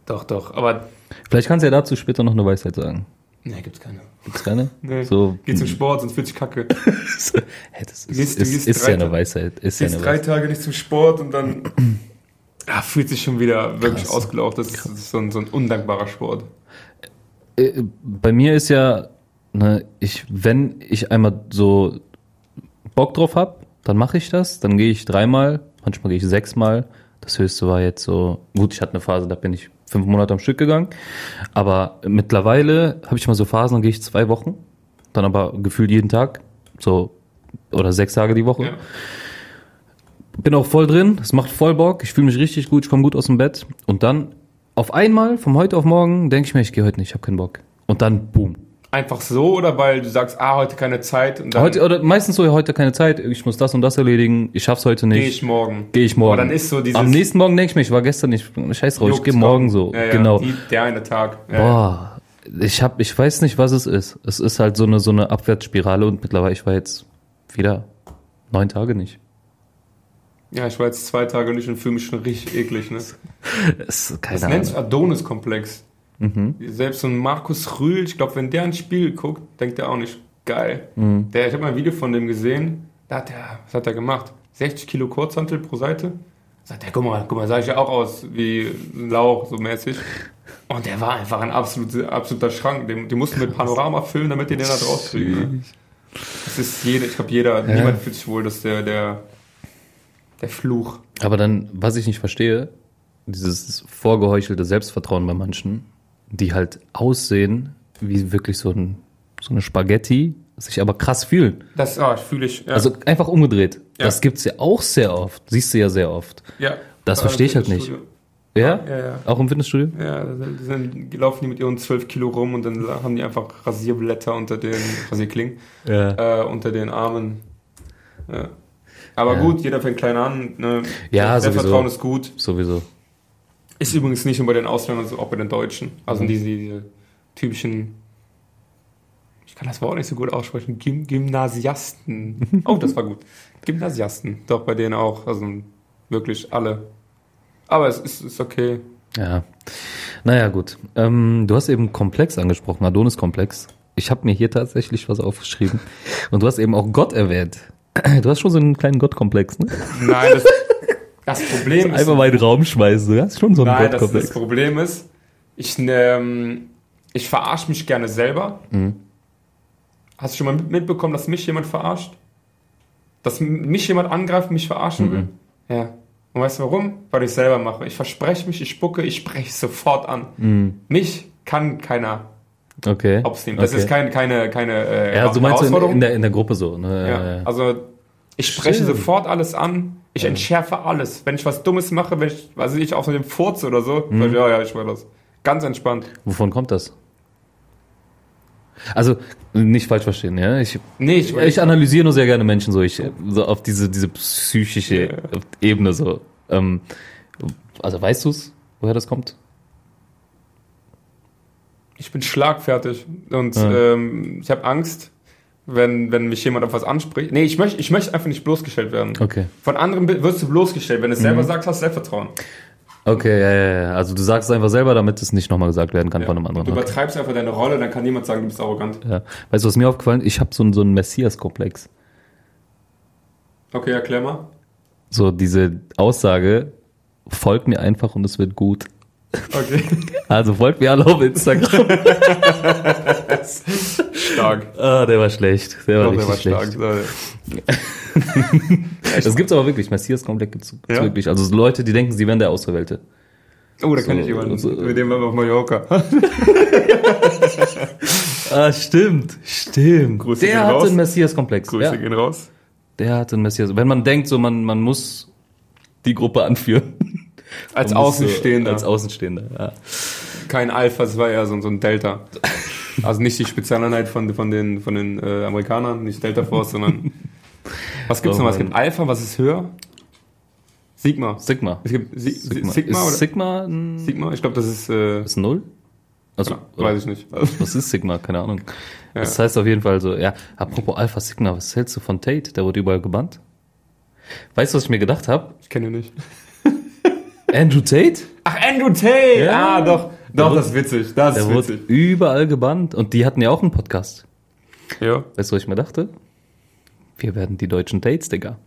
[SPEAKER 1] Doch, doch. Aber.
[SPEAKER 2] Vielleicht kannst du ja dazu später noch eine Weisheit sagen.
[SPEAKER 1] Ne, gibt's keine.
[SPEAKER 2] Gibt's keine?
[SPEAKER 1] Nee.
[SPEAKER 2] So, hm.
[SPEAKER 1] Geh zum Sport, sonst fühlt sich kacke.
[SPEAKER 2] hey, das ist,
[SPEAKER 1] Gehst- du
[SPEAKER 2] ist,
[SPEAKER 1] gehst
[SPEAKER 2] ist
[SPEAKER 1] drei
[SPEAKER 2] ja eine
[SPEAKER 1] Ta-
[SPEAKER 2] Weisheit. Ist ja
[SPEAKER 1] Jetzt
[SPEAKER 2] eine
[SPEAKER 1] drei
[SPEAKER 2] Weisheit.
[SPEAKER 1] Tage nicht zum Sport und dann. [clears throat] Ah, fühlt sich schon wieder wirklich
[SPEAKER 2] Krass.
[SPEAKER 1] ausgelaufen. Das ist so ein, so ein undankbarer Sport.
[SPEAKER 2] Äh, Bei mir ist ja, ne, ich, wenn ich einmal so Bock drauf hab, dann mache ich das. Dann gehe ich dreimal, manchmal gehe ich sechsmal. Das höchste war jetzt so, gut, ich hatte eine Phase, da bin ich fünf Monate am Stück gegangen. Aber mittlerweile habe ich mal so Phasen, dann gehe ich zwei Wochen, dann aber gefühlt jeden Tag, so oder sechs Tage die Woche.
[SPEAKER 1] Ja.
[SPEAKER 2] Bin auch voll drin, es macht voll Bock, ich fühle mich richtig gut, ich komme gut aus dem Bett. Und dann auf einmal, vom heute auf morgen, denke ich mir, ich gehe heute nicht, ich habe keinen Bock. Und dann, boom,
[SPEAKER 1] Einfach so oder weil du sagst, ah, heute keine Zeit und dann
[SPEAKER 2] Heute, oder meistens so, ja, heute keine Zeit, ich muss das und das erledigen, ich schaff's heute
[SPEAKER 1] gehe
[SPEAKER 2] nicht,
[SPEAKER 1] ich morgen.
[SPEAKER 2] gehe ich morgen.
[SPEAKER 1] Aber dann ist so dieses
[SPEAKER 2] Am nächsten Morgen denke ich mir, ich war gestern nicht, scheiß drauf, ich
[SPEAKER 1] Juckt's
[SPEAKER 2] gehe morgen so.
[SPEAKER 1] Ja, ja,
[SPEAKER 2] genau.
[SPEAKER 1] Die, der eine Tag. Ja, ja.
[SPEAKER 2] Boah, ich hab, ich weiß nicht, was es ist. Es ist halt so eine, so eine Abwärtsspirale und mittlerweile, ich war jetzt wieder neun Tage nicht.
[SPEAKER 1] ja, ich war jetzt zwei Tage nicht und fühle mich schon richtig eklig. Ne?
[SPEAKER 2] Es ist keine
[SPEAKER 1] Das nennt
[SPEAKER 2] Ahnung.
[SPEAKER 1] sich Adonis-Komplex. Selbst so ein Markus Rühl, ich glaube, wenn der ein Spiel guckt, denkt er auch nicht, geil. Der, ich habe mal ein Video von dem gesehen, da hat er, was hat er gemacht? 60 Kilo Kurzhantel pro Seite. Sagt er, guck mal, guck mal, sah ich ja auch aus wie ein Lauch, so mäßig. Und der war einfach ein absoluter, absoluter Schrank. Den, die mussten mit Panorama füllen, damit die den da rauskriegen. Ne? Das ist jeder, ich glaube, jeder, niemand fühlt sich wohl, dass der, der, der Fluch.
[SPEAKER 2] Aber dann, was ich nicht verstehe, dieses vorgeheuchelte Selbstvertrauen bei manchen, die halt aussehen wie wirklich so, ein, so eine Spaghetti, sich aber krass fühlen.
[SPEAKER 1] Das ah, fühle ich. Ja.
[SPEAKER 2] Also einfach umgedreht.
[SPEAKER 1] Ja.
[SPEAKER 2] Das gibt's ja auch sehr oft. Siehst du ja sehr oft.
[SPEAKER 1] ja. Gerade im
[SPEAKER 2] das verstehe ich halt nicht.
[SPEAKER 1] Fitnessstudio.
[SPEAKER 2] Ja?
[SPEAKER 1] Ja, ja.
[SPEAKER 2] Auch im Fitnessstudio?
[SPEAKER 1] Ja, da sind, die sind, laufen die mit ihren 12 Kilo rum und dann haben die einfach Rasierblätter unter den Rasierklingen,
[SPEAKER 2] Ja.
[SPEAKER 1] äh, unter den Armen. Ja. Aber
[SPEAKER 2] Ja.
[SPEAKER 1] gut, jeder fängt klein an. Ne?
[SPEAKER 2] Ja,
[SPEAKER 1] Selbstvertrauen
[SPEAKER 2] sowieso.
[SPEAKER 1] ist gut.
[SPEAKER 2] Sowieso.
[SPEAKER 1] Ist übrigens nicht nur bei den Ausländern, sondern auch bei den Deutschen. Also diese, diese typischen, ich kann das Wort nicht so gut aussprechen, Gym Gymnasiasten. Oh, das war gut. Gymnasiasten. Doch, bei denen auch. Also wirklich alle. Aber es ist, ist okay.
[SPEAKER 2] Ja. Naja, gut. Ähm, du hast eben Komplex angesprochen, Adonis-Komplex. Ich habe mir hier tatsächlich was aufgeschrieben. Und du hast eben auch Gott erwähnt. Du hast schon so einen kleinen Gottkomplex, ne?
[SPEAKER 1] Nein, das, das Problem ist
[SPEAKER 2] Einfach mal in den Raum schmeißen. Du hast schon so einen
[SPEAKER 1] Nein, das, das
[SPEAKER 2] Gottkomplex.
[SPEAKER 1] Problem ist, ich, ähm, ich verarsche mich gerne selber.
[SPEAKER 2] Mhm.
[SPEAKER 1] Hast du schon mal mit- mitbekommen, dass mich jemand verarscht? Dass m- mich jemand angreift, mich verarschen will?
[SPEAKER 2] Mhm.
[SPEAKER 1] Ja. Und weißt du warum? Weil ich selber mache. Ich verspreche mich, ich spucke, ich spreche sofort an.
[SPEAKER 2] Mhm.
[SPEAKER 1] Mich kann keiner
[SPEAKER 2] Okay.
[SPEAKER 1] hops nehmen. Das
[SPEAKER 2] okay.
[SPEAKER 1] ist kein, keine, keine äh,
[SPEAKER 2] Ja, so meinst du in,
[SPEAKER 1] Herausforderung.
[SPEAKER 2] in, der, in der Gruppe so, ne?
[SPEAKER 1] Ja,
[SPEAKER 2] Ja.
[SPEAKER 1] also ich spreche
[SPEAKER 2] Stimmt.
[SPEAKER 1] sofort alles an. Ich entschärfe alles. Wenn ich was Dummes mache, wenn ich, weiß ich, auf dem Furz oder so,
[SPEAKER 2] Mhm.
[SPEAKER 1] sag ich, ja, ja, ich war das. Ganz entspannt.
[SPEAKER 2] Wovon kommt das? Also, nicht falsch verstehen, ja? Ich
[SPEAKER 1] Nee, ich,
[SPEAKER 2] Ja, Ich analysiere nur sehr gerne Menschen so, ich, so auf diese, diese psychische
[SPEAKER 1] Ja.
[SPEAKER 2] Ebene so. Ähm, also weißt du es, woher das kommt?
[SPEAKER 1] ich bin schlagfertig und
[SPEAKER 2] Ja.
[SPEAKER 1] ähm, ich habe Angst, wenn, wenn mich jemand auf was anspricht. Nee, ich möchte ich möchte einfach nicht bloßgestellt werden.
[SPEAKER 2] Okay. Mhm.
[SPEAKER 1] Von anderen bi- wirst du bloßgestellt. Wenn du es selber sagst, hast du Selbstvertrauen.
[SPEAKER 2] Okay, ja, ja, ja. Also du sagst es einfach selber, damit es nicht nochmal gesagt werden kann von einem
[SPEAKER 1] Und
[SPEAKER 2] anderen.
[SPEAKER 1] du
[SPEAKER 2] Okay.
[SPEAKER 1] übertreibst einfach deine Rolle, dann kann niemand sagen, du bist arrogant.
[SPEAKER 2] Ja. Weißt du, was mir aufgefallen ist? Ich habe so, einen- so einen Messias-Komplex. [laughs]
[SPEAKER 1] Okay, erklär mal.
[SPEAKER 2] So diese Aussage, folgt mir einfach und es wird gut.
[SPEAKER 1] Okay.
[SPEAKER 2] Also folgt mir alle
[SPEAKER 1] [laughs]
[SPEAKER 2] auf Instagram.
[SPEAKER 1] Stark.
[SPEAKER 2] ah, der war schlecht. Der war
[SPEAKER 1] Doch, der
[SPEAKER 2] richtig
[SPEAKER 1] war
[SPEAKER 2] schlecht.
[SPEAKER 1] stark. So,
[SPEAKER 2] Das gibt's aber wirklich. Messias Komplex gibt's, gibt's
[SPEAKER 1] Ja?
[SPEAKER 2] wirklich. Also so Leute, die denken, sie wären der Auserwählte.
[SPEAKER 1] Oh, da kann
[SPEAKER 2] So,
[SPEAKER 1] ich jemanden.
[SPEAKER 2] so.
[SPEAKER 1] Mit dem waren wir auf Mallorca.
[SPEAKER 2] Ah, stimmt, stimmt.
[SPEAKER 1] Grüße gehen
[SPEAKER 2] der hat
[SPEAKER 1] raus.
[SPEAKER 2] einen Messias-Komplex.
[SPEAKER 1] Grüße
[SPEAKER 2] Ja,
[SPEAKER 1] gehen raus.
[SPEAKER 2] der hat einen Messias. Wenn man denkt, so man, man muss die Gruppe anführen.
[SPEAKER 1] Als
[SPEAKER 2] Man muss so-
[SPEAKER 1] Außenstehender.
[SPEAKER 2] Als Außenstehender, ja.
[SPEAKER 1] Kein Alpha, es war eher so, so ein Delta. Also nicht die Spezialeinheit von, von den, von den äh, Amerikanern, nicht Delta Force, sondern. Was gibt's
[SPEAKER 2] Oh
[SPEAKER 1] noch? Was
[SPEAKER 2] Mann.
[SPEAKER 1] gibt Alpha? Was ist höher? Sigma.
[SPEAKER 2] Sigma.
[SPEAKER 1] Es gibt Si- Si- Sigma, oder?
[SPEAKER 2] ist Sigma ein,
[SPEAKER 1] Sigma? Ich glaube, das ist. Äh,
[SPEAKER 2] ist ein Null? Also,
[SPEAKER 1] ja, Ah, weiß ich nicht.
[SPEAKER 2] was ist Sigma? Keine Ahnung. Das heißt auf jeden Fall so, ja, apropos Alpha Sigma, was hältst du von Tate? Der wurde überall gebannt. Weißt du, was ich mir gedacht habe?
[SPEAKER 1] Ich kenne ihn nicht.
[SPEAKER 2] Andrew Tate?
[SPEAKER 1] Ach, Andrew Tate!
[SPEAKER 2] Ja.
[SPEAKER 1] Ah, doch. Doch, das ist witzig. Das
[SPEAKER 2] Der
[SPEAKER 1] ist
[SPEAKER 2] wurde
[SPEAKER 1] witzig.
[SPEAKER 2] überall gebannt. Und die hatten ja auch einen Podcast.
[SPEAKER 1] Ja.
[SPEAKER 2] Weißt du, was ich mir dachte? Wir werden die deutschen Dates, Digga.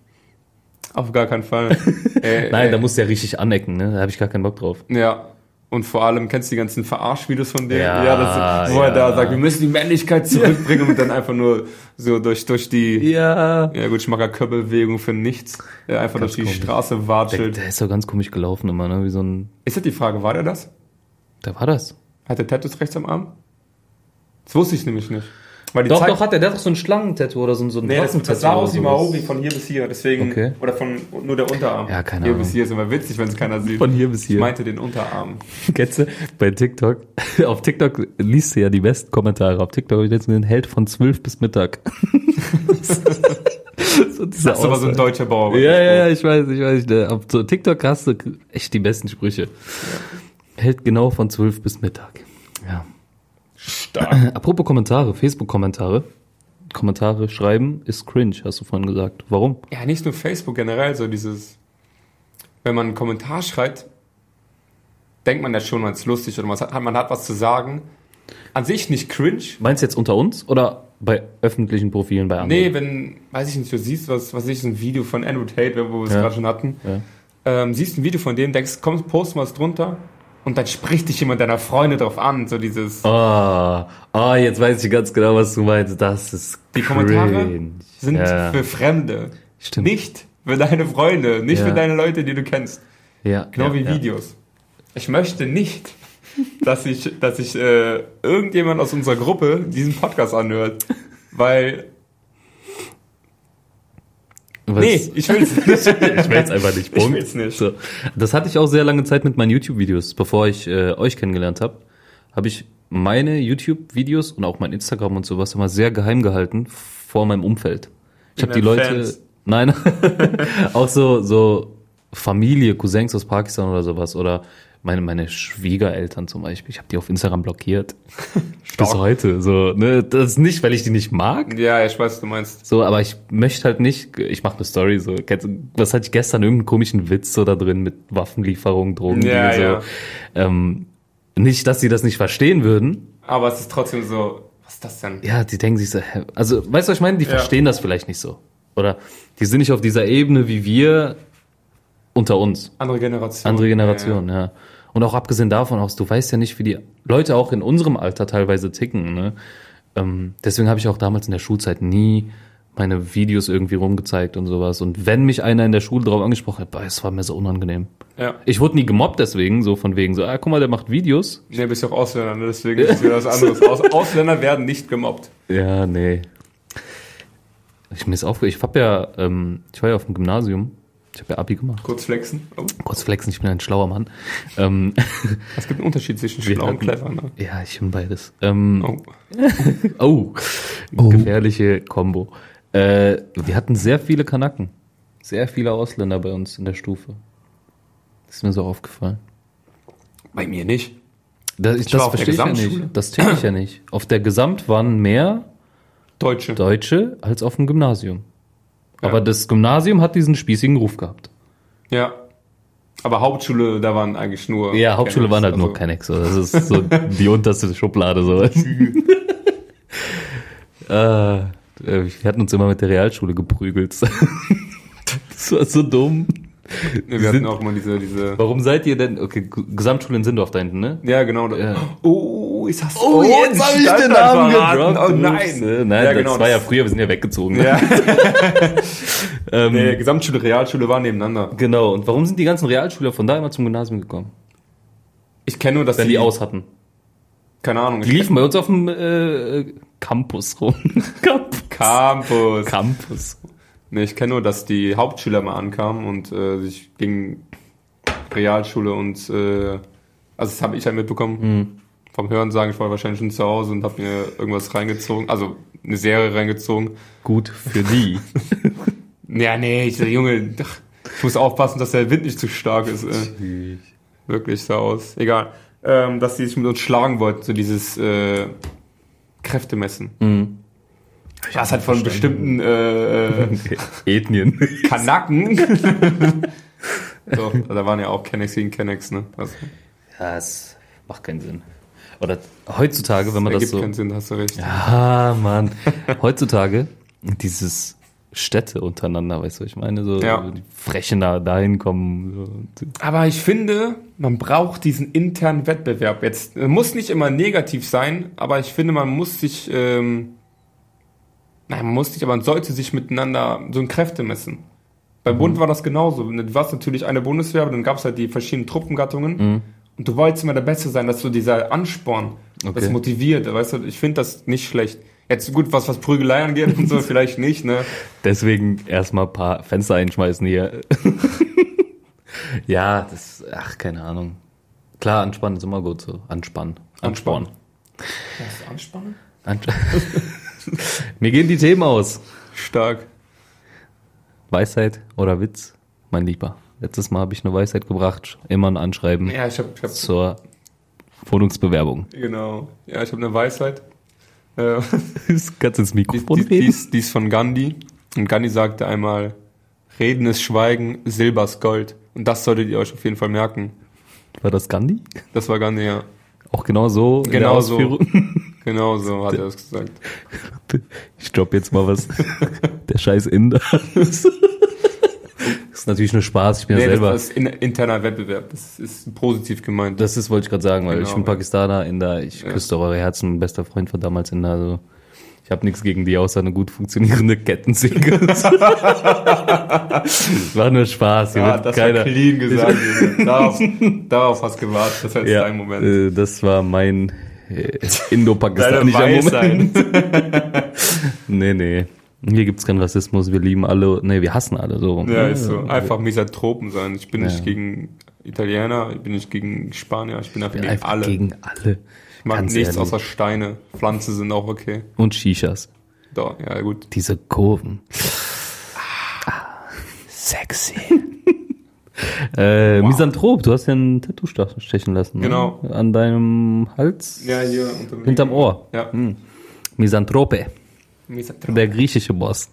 [SPEAKER 1] Auf gar keinen Fall. Äh,
[SPEAKER 2] Nein,
[SPEAKER 1] äh,
[SPEAKER 2] da musst du ja richtig anecken, ne? Da habe ich gar keinen Bock drauf.
[SPEAKER 1] Ja. Und vor allem kennst du die ganzen Verarschvideos von dem,
[SPEAKER 2] Ja,
[SPEAKER 1] das, wo er
[SPEAKER 2] ja.
[SPEAKER 1] da sagt, wir müssen die Männlichkeit zurückbringen und dann
[SPEAKER 2] [laughs]
[SPEAKER 1] einfach nur so durch, durch die,
[SPEAKER 2] Ja.
[SPEAKER 1] ja gut, Schmackerköppelbewegung für nichts, äh, einfach durch die
[SPEAKER 2] komisch.
[SPEAKER 1] Straße
[SPEAKER 2] Der,
[SPEAKER 1] watschelt.
[SPEAKER 2] der ist so ganz komisch gelaufen immer, ne? Wie so ein.
[SPEAKER 1] Ist das die Frage, war der das?
[SPEAKER 2] Da war das.
[SPEAKER 1] Hat der Tattoos rechts am Arm? Das wusste ich nämlich nicht. Weil die
[SPEAKER 2] Doch,
[SPEAKER 1] zeigt-
[SPEAKER 2] doch, hat er. Der hat doch so ein Schlangentattoo oder so, ein- so ein
[SPEAKER 1] Nee, das,
[SPEAKER 2] Brocken-Tattoo
[SPEAKER 1] das sah
[SPEAKER 2] oder
[SPEAKER 1] aus wie
[SPEAKER 2] sowas.
[SPEAKER 1] Maori von hier bis hier, deswegen,
[SPEAKER 2] Okay.
[SPEAKER 1] oder von nur der Unterarm.
[SPEAKER 2] Ja, keine
[SPEAKER 1] hier
[SPEAKER 2] Ahnung.
[SPEAKER 1] bis hier ist immer witzig, wenn es keiner sieht.
[SPEAKER 2] Von hier bis
[SPEAKER 1] Ich
[SPEAKER 2] hier.
[SPEAKER 1] meinte den Unterarm.
[SPEAKER 2] Kennst du, bei TikTok, [laughs] auf TikTok liest du ja die besten Kommentare. Auf TikTok habe ich letztens den Held von 12 bis Mittag. [laughs] so diese
[SPEAKER 1] Das ist aber so ein
[SPEAKER 2] Aussage.
[SPEAKER 1] deutscher Bauer.
[SPEAKER 2] Ja, ja, ja, ich weiß, ich weiß. Ne, Auf so TikTok hast du echt die besten Sprüche. Hält genau von 12 bis Mittag. Ja.
[SPEAKER 1] Stark.
[SPEAKER 2] Apropos Kommentare, Facebook-Kommentare. Kommentare schreiben ist cringe, hast du vorhin gesagt. Warum?
[SPEAKER 1] Ja, nicht nur Facebook generell, so dieses, wenn man einen Kommentar schreibt, denkt man ja schon, man ist lustig oder man hat, man hat was zu sagen. An sich nicht cringe.
[SPEAKER 2] Meinst du jetzt unter uns oder bei öffentlichen Profilen bei anderen?
[SPEAKER 1] Nee, wenn, weiß ich nicht, du siehst was, was weiß ich, ein Video von Andrew Tate, wo wir es
[SPEAKER 2] Ja.
[SPEAKER 1] gerade schon hatten,
[SPEAKER 2] Ja.
[SPEAKER 1] ähm, siehst ein Video von dem, denkst, komm, post mal was drunter und dann spricht dich jemand deiner Freunde drauf an, so dieses,
[SPEAKER 2] Ah, ah, jetzt weiß ich ganz genau, was du meinst. Das ist
[SPEAKER 1] Die Kommentare
[SPEAKER 2] cringe.
[SPEAKER 1] sind
[SPEAKER 2] ja.
[SPEAKER 1] für Fremde,
[SPEAKER 2] stimmt.
[SPEAKER 1] nicht für deine Freunde, nicht
[SPEAKER 2] Ja.
[SPEAKER 1] für deine Leute, die du kennst.
[SPEAKER 2] ja,
[SPEAKER 1] Genau
[SPEAKER 2] ja,
[SPEAKER 1] wie
[SPEAKER 2] ja.
[SPEAKER 1] Videos. Ich möchte nicht, dass ich, dass ich äh, irgendjemand aus unserer Gruppe diesen Podcast anhört. Weil.
[SPEAKER 2] Was-
[SPEAKER 1] Nee, ich will
[SPEAKER 2] [laughs]
[SPEAKER 1] es nicht.
[SPEAKER 2] Ich will es einfach nicht. Punkt.
[SPEAKER 1] will's nicht.
[SPEAKER 2] So. Das hatte ich auch sehr lange Zeit mit meinen YouTube-Videos, bevor ich äh, euch kennengelernt habe. Habe ich meine YouTube-Videos und auch mein Instagram und sowas immer sehr geheim gehalten vor meinem Umfeld. Ich habe die
[SPEAKER 1] Wegen
[SPEAKER 2] Leute,
[SPEAKER 1] deinen Fans. [laughs]
[SPEAKER 2] nein, [laughs] auch so so Familie, Cousins aus Pakistan oder sowas oder meine meine Schwiegereltern zum Beispiel. Ich habe die auf
[SPEAKER 1] [laughs]
[SPEAKER 2] Instagram blockiert bis heute. So ne, das nicht, weil ich die nicht mag.
[SPEAKER 1] Ja, ich weiß, was du meinst.
[SPEAKER 2] So, aber ich möchte halt nicht, ich mache eine Story so. Kennst du- Was hatte ich gestern irgendeinen komischen Witz so da drin mit Waffenlieferung, Drogen,
[SPEAKER 1] Ja,
[SPEAKER 2] so.
[SPEAKER 1] ja.
[SPEAKER 2] Ähm, nicht, dass sie das nicht verstehen würden.
[SPEAKER 1] Aber es ist trotzdem so. Was ist das denn?
[SPEAKER 2] Ja, die denken sich so, hä? also, weißt du, was ich meine? Die
[SPEAKER 1] Ja.
[SPEAKER 2] verstehen das vielleicht nicht so. Oder die sind nicht auf dieser Ebene wie wir unter uns.
[SPEAKER 1] Andere Generation.
[SPEAKER 2] Andere Generation, ja. Und auch abgesehen davon aus, du weißt ja nicht, wie die Leute auch in unserem Alter teilweise ticken. Ne? Ähm, deswegen habe ich auch damals in der Schulzeit nie meine Videos irgendwie rumgezeigt und sowas. Und wenn mich einer in der Schule darauf angesprochen hat, boah, es war mir so unangenehm.
[SPEAKER 1] Ja. ja.
[SPEAKER 2] Ich wurde nie gemobbt deswegen, so von wegen so, ah, guck mal, der macht Videos.
[SPEAKER 1] Nee, bist ja auch Ausländer, ne?
[SPEAKER 2] [laughs]
[SPEAKER 1] deswegen ist wieder was anderes. Aus Ausländer werden nicht gemobbt.
[SPEAKER 2] Ja, nee. Ich mir ist aufge ich hab ja, ähm, ich war ja auf dem Gymnasium, ich habe ja Abi gemacht.
[SPEAKER 1] Kurz flexen. Oh,
[SPEAKER 2] Kurz flexen, ich bin ein schlauer Mann. Ähm, [laughs]
[SPEAKER 1] es gibt einen Unterschied zwischen
[SPEAKER 2] Wir
[SPEAKER 1] schlau und
[SPEAKER 2] hatten-
[SPEAKER 1] clever. Ne?
[SPEAKER 2] ja, ich bin beides. Ähm,
[SPEAKER 1] Oh.
[SPEAKER 2] Oh, gefährliche Kombo. Äh, wir hatten sehr viele Kanaken. Sehr viele Ausländer bei uns in der Stufe. Das ist mir so aufgefallen.
[SPEAKER 1] Bei mir nicht.
[SPEAKER 2] Das,
[SPEAKER 1] war
[SPEAKER 2] ich, das
[SPEAKER 1] auf der
[SPEAKER 2] verstehe ich ja
[SPEAKER 1] Gesamtschule.
[SPEAKER 2] nicht. Das check ich ja nicht. Auf der Gesamt waren mehr
[SPEAKER 1] Deutsche.
[SPEAKER 2] Deutsche als auf dem Gymnasium.
[SPEAKER 1] Ja.
[SPEAKER 2] Aber das Gymnasium hat diesen spießigen Ruf gehabt.
[SPEAKER 1] Ja. Aber Hauptschule, da waren eigentlich nur.
[SPEAKER 2] Ja, Hauptschule waren halt nur
[SPEAKER 1] Also-
[SPEAKER 2] Kennex. so. Das ist so [laughs] die unterste Schublade. So. [laughs] Ah, äh, wir hatten uns immer mit der Realschule geprügelt. [laughs] Das war so dumm.
[SPEAKER 1] Wir
[SPEAKER 2] Die
[SPEAKER 1] hatten
[SPEAKER 2] sind-
[SPEAKER 1] auch mal diese, diese.
[SPEAKER 2] Warum seid ihr denn? Okay, G- Gesamtschule in Sindorf da hinten, ne?
[SPEAKER 1] Ja, genau.
[SPEAKER 2] Ja.
[SPEAKER 1] Oh, ich sag's
[SPEAKER 2] Oh, jetzt habe ich den Namen gedroppt.
[SPEAKER 1] Oh
[SPEAKER 2] Ups, äh,
[SPEAKER 1] nein.
[SPEAKER 2] Nein,
[SPEAKER 1] ja, genau,
[SPEAKER 2] das war ja früher, wir sind ja weggezogen. ne?
[SPEAKER 1] Ja.
[SPEAKER 2] [laughs] Ähm,
[SPEAKER 1] Nee, Gesamtschule, Realschule waren nebeneinander.
[SPEAKER 2] Genau, und warum sind die ganzen Realschüler von da immer zum Gymnasium gekommen?
[SPEAKER 1] Ich kenne nur, dass
[SPEAKER 2] Wenn die aus hatten.
[SPEAKER 1] Keine Ahnung.
[SPEAKER 2] Die liefen bei uns auf dem äh, Campus rum. [laughs] Camp
[SPEAKER 1] Campus.
[SPEAKER 2] Campus.
[SPEAKER 1] Nee, ich kenne nur, dass die Hauptschüler mal ankamen und äh, sich gegen Realschule und äh, also das habe ich halt mitbekommen.
[SPEAKER 2] Hm.
[SPEAKER 1] Vom Hören sagen, ich war wahrscheinlich schon zu Hause und habe mir irgendwas reingezogen, also eine Serie reingezogen.
[SPEAKER 2] Gut für die.
[SPEAKER 1] Ja, nee, ich so, Junge, ach, ich muss aufpassen, dass der Wind nicht zu stark ist. Äh, wirklich sah aus. Egal. Ähm, dass die sich mit uns schlagen wollten, so dieses äh, Kräftemessen.
[SPEAKER 2] Mhm.
[SPEAKER 1] Das hat von bestimmten äh, äh,
[SPEAKER 2] [laughs] Ethnien.
[SPEAKER 1] Kanaken.
[SPEAKER 2] [laughs]
[SPEAKER 1] so, da waren ja auch Kennex gegen Kennex, ne? Das
[SPEAKER 2] Ja, es macht keinen Sinn. Oder heutzutage, wenn man das
[SPEAKER 1] ergibt
[SPEAKER 2] so.
[SPEAKER 1] keinen Sinn, hast du recht.
[SPEAKER 2] Ah, Mann. Heutzutage, dieses Städte untereinander, weißt du, was ich meine? So
[SPEAKER 1] Ja.
[SPEAKER 2] die Frechen da, dahin kommen. So.
[SPEAKER 1] Aber ich finde, man braucht diesen internen Wettbewerb. Jetzt äh, muss nicht immer negativ sein, aber ich finde, man muss sich, ähm, nein, man muss nicht, aber man sollte sich miteinander so in Kräfte messen. Beim Bund war das genauso. Du warst natürlich eine Bundeswehr, aber dann gab es halt die verschiedenen Truppengattungen. Und du wolltest immer der Beste sein, dass du dieser Ansporn, das
[SPEAKER 2] Okay.
[SPEAKER 1] motiviert, weißt du, ich finde das nicht schlecht. Jetzt gut, was, was Prügelei angeht und so, [laughs] vielleicht nicht, ne?
[SPEAKER 2] Deswegen erstmal ein paar Fenster einschmeißen hier. [laughs] ja, das, ach, keine Ahnung. Klar, anspannen ist immer gut so. Anspannen. Ansporn.
[SPEAKER 1] Das Anspannen?
[SPEAKER 2] Ansp [laughs] Mir gehen die Themen aus.
[SPEAKER 1] Stark.
[SPEAKER 2] Weisheit oder Witz, mein Lieber. Letztes Mal habe ich eine Weisheit gebracht. Immer ein Anschreiben
[SPEAKER 1] Ja, ich hab, ich hab
[SPEAKER 2] zur Wohnungsbewerbung. [laughs]
[SPEAKER 1] Genau. Ja, ich habe eine Weisheit. Äh, [laughs]
[SPEAKER 2] Das Kannst ins
[SPEAKER 1] die,
[SPEAKER 2] Mikrofon
[SPEAKER 1] die, die,
[SPEAKER 2] reden?
[SPEAKER 1] ist, die ist von Gandhi. Und Gandhi sagte einmal, Reden ist Schweigen, Silber ist Gold. Und das solltet ihr euch auf jeden Fall merken.
[SPEAKER 2] War das Gandhi?
[SPEAKER 1] Das war Gandhi, ja.
[SPEAKER 2] Auch genau so. in der
[SPEAKER 1] Genau so. [laughs]
[SPEAKER 2] Ausführung?
[SPEAKER 1] Genau so hat er das gesagt.
[SPEAKER 2] Ich droppe jetzt mal
[SPEAKER 1] [laughs]
[SPEAKER 2] was. Der scheiß Inder. Das ist natürlich nur Spaß. Ich bin ja
[SPEAKER 1] Nee,
[SPEAKER 2] selber.
[SPEAKER 1] Das ist in, interner Wettbewerb. Das ist positiv gemeint.
[SPEAKER 2] Das ist, wollte ich gerade sagen, weil
[SPEAKER 1] Genau.
[SPEAKER 2] ich bin Pakistaner, Inder, ich küsste eure Herzen, bester Freund von damals Inder. Also ich habe nichts gegen die, außer eine gut funktionierende [laughs] Kettensäge. war nur Spaß. Hier
[SPEAKER 1] ja,
[SPEAKER 2] wird
[SPEAKER 1] das
[SPEAKER 2] keiner,
[SPEAKER 1] war clean
[SPEAKER 2] [laughs]
[SPEAKER 1] gesagt. Junge. darauf, darauf hast du gewartet. Das war jetzt
[SPEAKER 2] ja,
[SPEAKER 1] dein Moment.
[SPEAKER 2] Äh, das war mein äh,
[SPEAKER 1] Deine
[SPEAKER 2] indopakistanischer
[SPEAKER 1] Weisheit.
[SPEAKER 2] Moment. [laughs] Nee, nee. Hier gibt's keinen Rassismus, wir lieben alle, nee, wir hassen alle so.
[SPEAKER 1] Ja, ist so. Einfach Misanthropen sein. Ich bin
[SPEAKER 2] Ja.
[SPEAKER 1] nicht gegen Italiener, ich bin nicht gegen Spanier, ich bin einfach
[SPEAKER 2] Bin
[SPEAKER 1] gegen
[SPEAKER 2] einfach
[SPEAKER 1] alle.
[SPEAKER 2] gegen alle.
[SPEAKER 1] Ich mag
[SPEAKER 2] Ganz
[SPEAKER 1] nichts
[SPEAKER 2] ehrlich.
[SPEAKER 1] außer Steine. Pflanzen sind auch okay.
[SPEAKER 2] Und Shishas.
[SPEAKER 1] Da, ja, gut.
[SPEAKER 2] Diese Kurven.
[SPEAKER 1] Sexy.
[SPEAKER 2] [laughs] Äh, Misanthrop, du hast ja ein Tattoo stach- stechen lassen. ne?
[SPEAKER 1] Genau.
[SPEAKER 2] An deinem Hals,
[SPEAKER 1] Ja, hier unterm
[SPEAKER 2] hinterm Ohr.
[SPEAKER 1] Ja.
[SPEAKER 2] Misanthrope,
[SPEAKER 1] Misanthrop.
[SPEAKER 2] der
[SPEAKER 1] [laughs]
[SPEAKER 2] griechische Boss.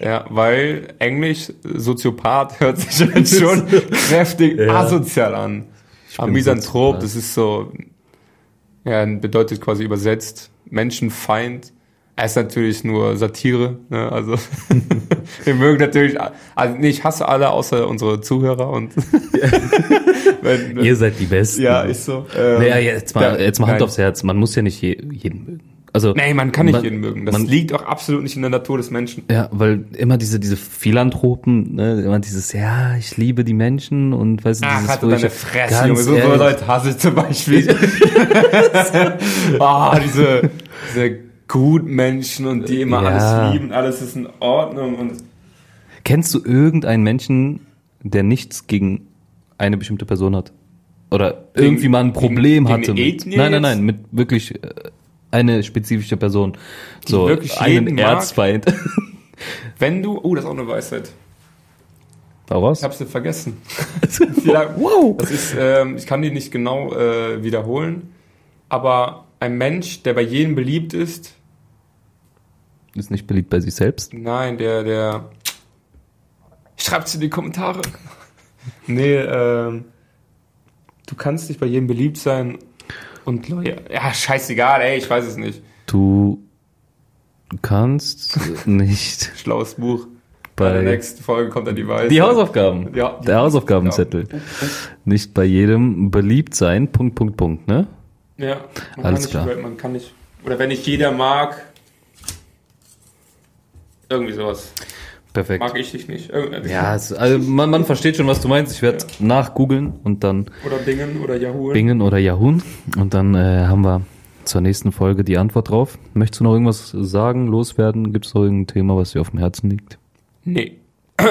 [SPEAKER 1] Ja, weil Englisch Soziopath [laughs] hört sich halt schon kräftig asozial an. Aber
[SPEAKER 2] bin
[SPEAKER 1] Misanthrop,
[SPEAKER 2] Soziopath.
[SPEAKER 1] das ist so, ja, bedeutet quasi übersetzt Menschenfeind. Er ist natürlich nur Satire, ne? also [laughs] wir mögen natürlich, also nee, ich hasse alle außer unsere Zuhörer und [laughs] wenn,
[SPEAKER 2] Ihr seid die Besten.
[SPEAKER 1] ja, ist so. Ähm,
[SPEAKER 2] naja, jetzt
[SPEAKER 1] da-
[SPEAKER 2] mal, jetzt mal Hand
[SPEAKER 1] nein.
[SPEAKER 2] aufs Herz. Man muss ja nicht je, jeden mögen. Also,
[SPEAKER 1] Nee, man kann nicht jeden mögen. Das
[SPEAKER 2] man-
[SPEAKER 1] liegt auch absolut nicht in der Natur des Menschen.
[SPEAKER 2] Ja, weil immer diese, diese Philanthropen, ne, immer dieses, ja, ich liebe die Menschen und weißt du,
[SPEAKER 1] Ach,
[SPEAKER 2] dieses
[SPEAKER 1] hatte
[SPEAKER 2] wo ich-
[SPEAKER 1] Ah, deine Fresse,
[SPEAKER 2] ganz
[SPEAKER 1] Junge. So, so
[SPEAKER 2] ehrlich.
[SPEAKER 1] Leute hasse ich zum Beispiel.
[SPEAKER 2] [laughs]
[SPEAKER 1] Ah, diese, diese Gutmenschen und die immer
[SPEAKER 2] Ja.
[SPEAKER 1] alles lieben, alles ist in Ordnung und
[SPEAKER 2] Kennst du irgendeinen Menschen, der nichts gegen eine bestimmte Person hat? Oder irgendwie mal ein
[SPEAKER 1] gegen-
[SPEAKER 2] Problem
[SPEAKER 1] gegen
[SPEAKER 2] hatte?
[SPEAKER 1] eine
[SPEAKER 2] Mit,
[SPEAKER 1] Ethnie
[SPEAKER 2] nein, nein,
[SPEAKER 1] jetzt?
[SPEAKER 2] nein, mit wirklich äh, eine spezifische Person. So
[SPEAKER 1] wirklich jeden
[SPEAKER 2] einen
[SPEAKER 1] mag?
[SPEAKER 2] Erzfeind. [laughs]
[SPEAKER 1] wenn du, oh, das ist auch eine Weisheit.
[SPEAKER 2] Hau raus.
[SPEAKER 1] Ich hab's dir
[SPEAKER 2] [laughs]
[SPEAKER 1] vergessen. Ja,
[SPEAKER 2] Wow.
[SPEAKER 1] Das ist, ähm, ich kann die nicht genau äh, wiederholen, aber ein Mensch, der bei jedem beliebt ist,
[SPEAKER 2] Ist nicht beliebt bei sich selbst.
[SPEAKER 1] Nein, der, der. Schreibt's in die Kommentare. Nee, ähm. Du kannst nicht bei jedem beliebt sein und loyal. Ja, scheißegal, ey, ich weiß es nicht.
[SPEAKER 2] Du kannst nicht
[SPEAKER 1] [laughs] Schlaues Buch. Bei der
[SPEAKER 2] bei
[SPEAKER 1] nächsten Folge kommt dann die Weise.
[SPEAKER 2] die Hausaufgaben.
[SPEAKER 1] Ja.
[SPEAKER 2] Der Hausaufgabenzettel. Nicht bei jedem beliebt sein. Punkt, Punkt, Punkt, ne?
[SPEAKER 1] Ja, man
[SPEAKER 2] Alles
[SPEAKER 1] kann
[SPEAKER 2] klar.
[SPEAKER 1] nicht, über- man kann nicht. Oder wenn nicht jeder mag, irgendwie sowas.
[SPEAKER 2] Perfekt.
[SPEAKER 1] Mag ich dich nicht. Irgend
[SPEAKER 2] Ja, es, also man, man versteht schon, was du meinst. Ich werde nachgoogeln und dann
[SPEAKER 1] Oder Dingen oder Yahoo.
[SPEAKER 2] Bingen oder Yahoo. Und dann äh, haben wir zur nächsten Folge die Antwort drauf. Möchtest du noch irgendwas sagen, loswerden? Gibt es noch irgendein Thema, was dir auf dem Herzen liegt? [laughs]
[SPEAKER 1] Nee. [clears throat]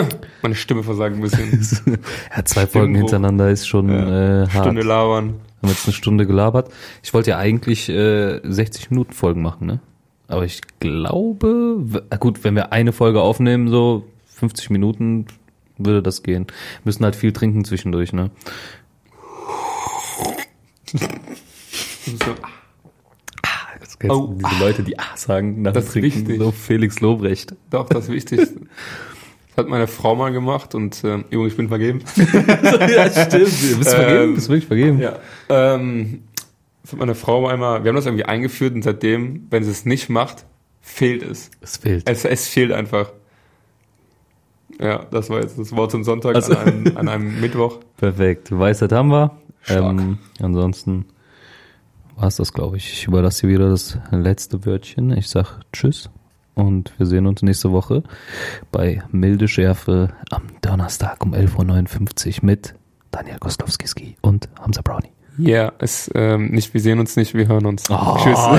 [SPEAKER 1] Meine Stimme versagt ein bisschen.
[SPEAKER 2] ja, zwei Folgen hintereinander ist schon äh, hart.
[SPEAKER 1] Stunde labern.
[SPEAKER 2] Haben jetzt eine Stunde gelabert. Ich wollte ja eigentlich äh, 60 Minuten Folgen machen, ne? Aber ich glaube, w- ah, gut, wenn wir eine Folge aufnehmen, so 50 Minuten würde das gehen. Müssen halt viel trinken zwischendurch, ne?
[SPEAKER 1] So,
[SPEAKER 2] Das kennst du,
[SPEAKER 1] Oh,
[SPEAKER 2] diese Leute, die ah sagen nach dem
[SPEAKER 1] Das ist
[SPEAKER 2] Trinken,
[SPEAKER 1] wichtig.
[SPEAKER 2] so Felix Lobrecht.
[SPEAKER 1] doch, das [laughs] Wichtigste. Das hat meine Frau mal gemacht und äh, übrigens, ich bin vergeben.
[SPEAKER 2] ja, stimmt. Bist du vergeben?
[SPEAKER 1] Ähm,
[SPEAKER 2] Bist du wirklich
[SPEAKER 1] [laughs]
[SPEAKER 2] vergeben?
[SPEAKER 1] Ja. Ähm, das hat meine Frau einmal, wir haben das irgendwie eingeführt und seitdem, wenn sie es nicht macht, fehlt es.
[SPEAKER 2] Es fehlt.
[SPEAKER 1] Es, es fehlt einfach. Ja, das war jetzt das Wort zum Sonntag
[SPEAKER 2] Also-
[SPEAKER 1] an, einem, an [laughs] einem Mittwoch.
[SPEAKER 2] Perfekt. Weisheit haben wir.
[SPEAKER 1] Stark.
[SPEAKER 2] Ähm, ansonsten war es das, glaube ich. Ich überlasse dir wieder das letzte Wörtchen. Ich sag Tschüss und wir sehen uns nächste Woche bei Milde Schärfe am Donnerstag um 11.59 Uhr mit Daniel Koslowski und Hamza Brownie.
[SPEAKER 1] Ja, Oh. es, ähm, nicht, wir sehen uns nicht, wir hören uns. Tschüss.